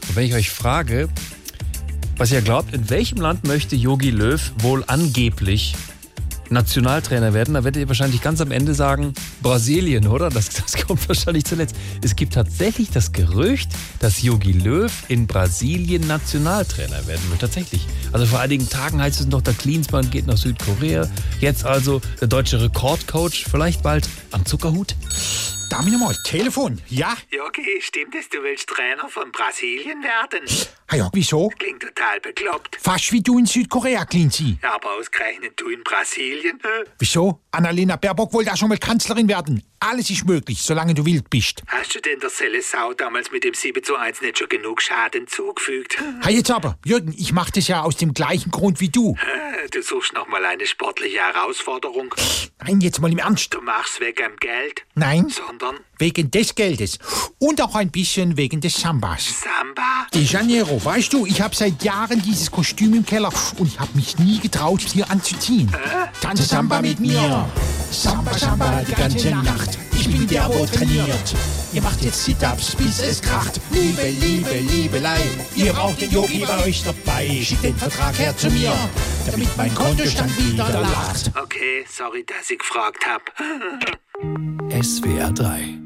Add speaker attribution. Speaker 1: Und wenn ich euch frage, was ihr glaubt, in welchem Land möchte Yogi Löw wohl angeblich Nationaltrainer werden, da werdet ihr wahrscheinlich ganz am Ende sagen, Brasilien, oder? Das, das kommt wahrscheinlich zuletzt. Es gibt tatsächlich das Gerücht, dass Yogi Löw in Brasilien Nationaltrainer werden wird. Tatsächlich. Also vor einigen Tagen heißt es noch, der Klinsmann geht nach Südkorea. Jetzt also der deutsche Rekordcoach, vielleicht bald am Zuckerhut.
Speaker 2: Dame nochmal, Telefon, ja?
Speaker 3: Jogi, stimmt es, du willst Trainer von Brasilien werden?
Speaker 2: Ah ja, wieso?
Speaker 3: Klingt total bekloppt.
Speaker 2: Fast wie du in Südkorea, Klinzi.
Speaker 3: Ja, Aber ausgerechnet du in Brasilien? Äh,
Speaker 2: Wieso? Annalena Baerbock wollte auch schon mal Kanzlerin werden. Alles ist möglich, solange du wild bist.
Speaker 3: Hast du denn der Selle Sau damals mit dem 7 zu 1 nicht schon genug Schaden zugefügt?
Speaker 2: Ha, jetzt aber, Jürgen, ich mach das ja aus dem gleichen Grund wie du.
Speaker 3: Äh, Du suchst nochmal eine sportliche Herausforderung.
Speaker 2: Nein, jetzt mal im Ernst.
Speaker 3: Du machst weg am Geld,
Speaker 2: Nein,
Speaker 3: sondern
Speaker 2: wegen des Geldes. Und auch ein bisschen wegen des Sambas.
Speaker 3: Samba?
Speaker 2: De Janeiro, weißt du, ich habe seit Jahren dieses Kostüm im Keller und ich habe mich nie getraut, es hier anzuziehen. Tanze Samba mit mir. Samba, Samba, die ganze Nacht. Ich bin der, wo trainiert. Ihr macht jetzt Sit-Ups, bis es kracht. Liebe, Liebe, Liebelei, ihr braucht den Yogi bei euch dabei. Schickt den Vertrag her zu mir, damit mein Kontostand wieder lacht.
Speaker 3: Okay, sorry, dass ich gefragt hab.
Speaker 4: SWR 3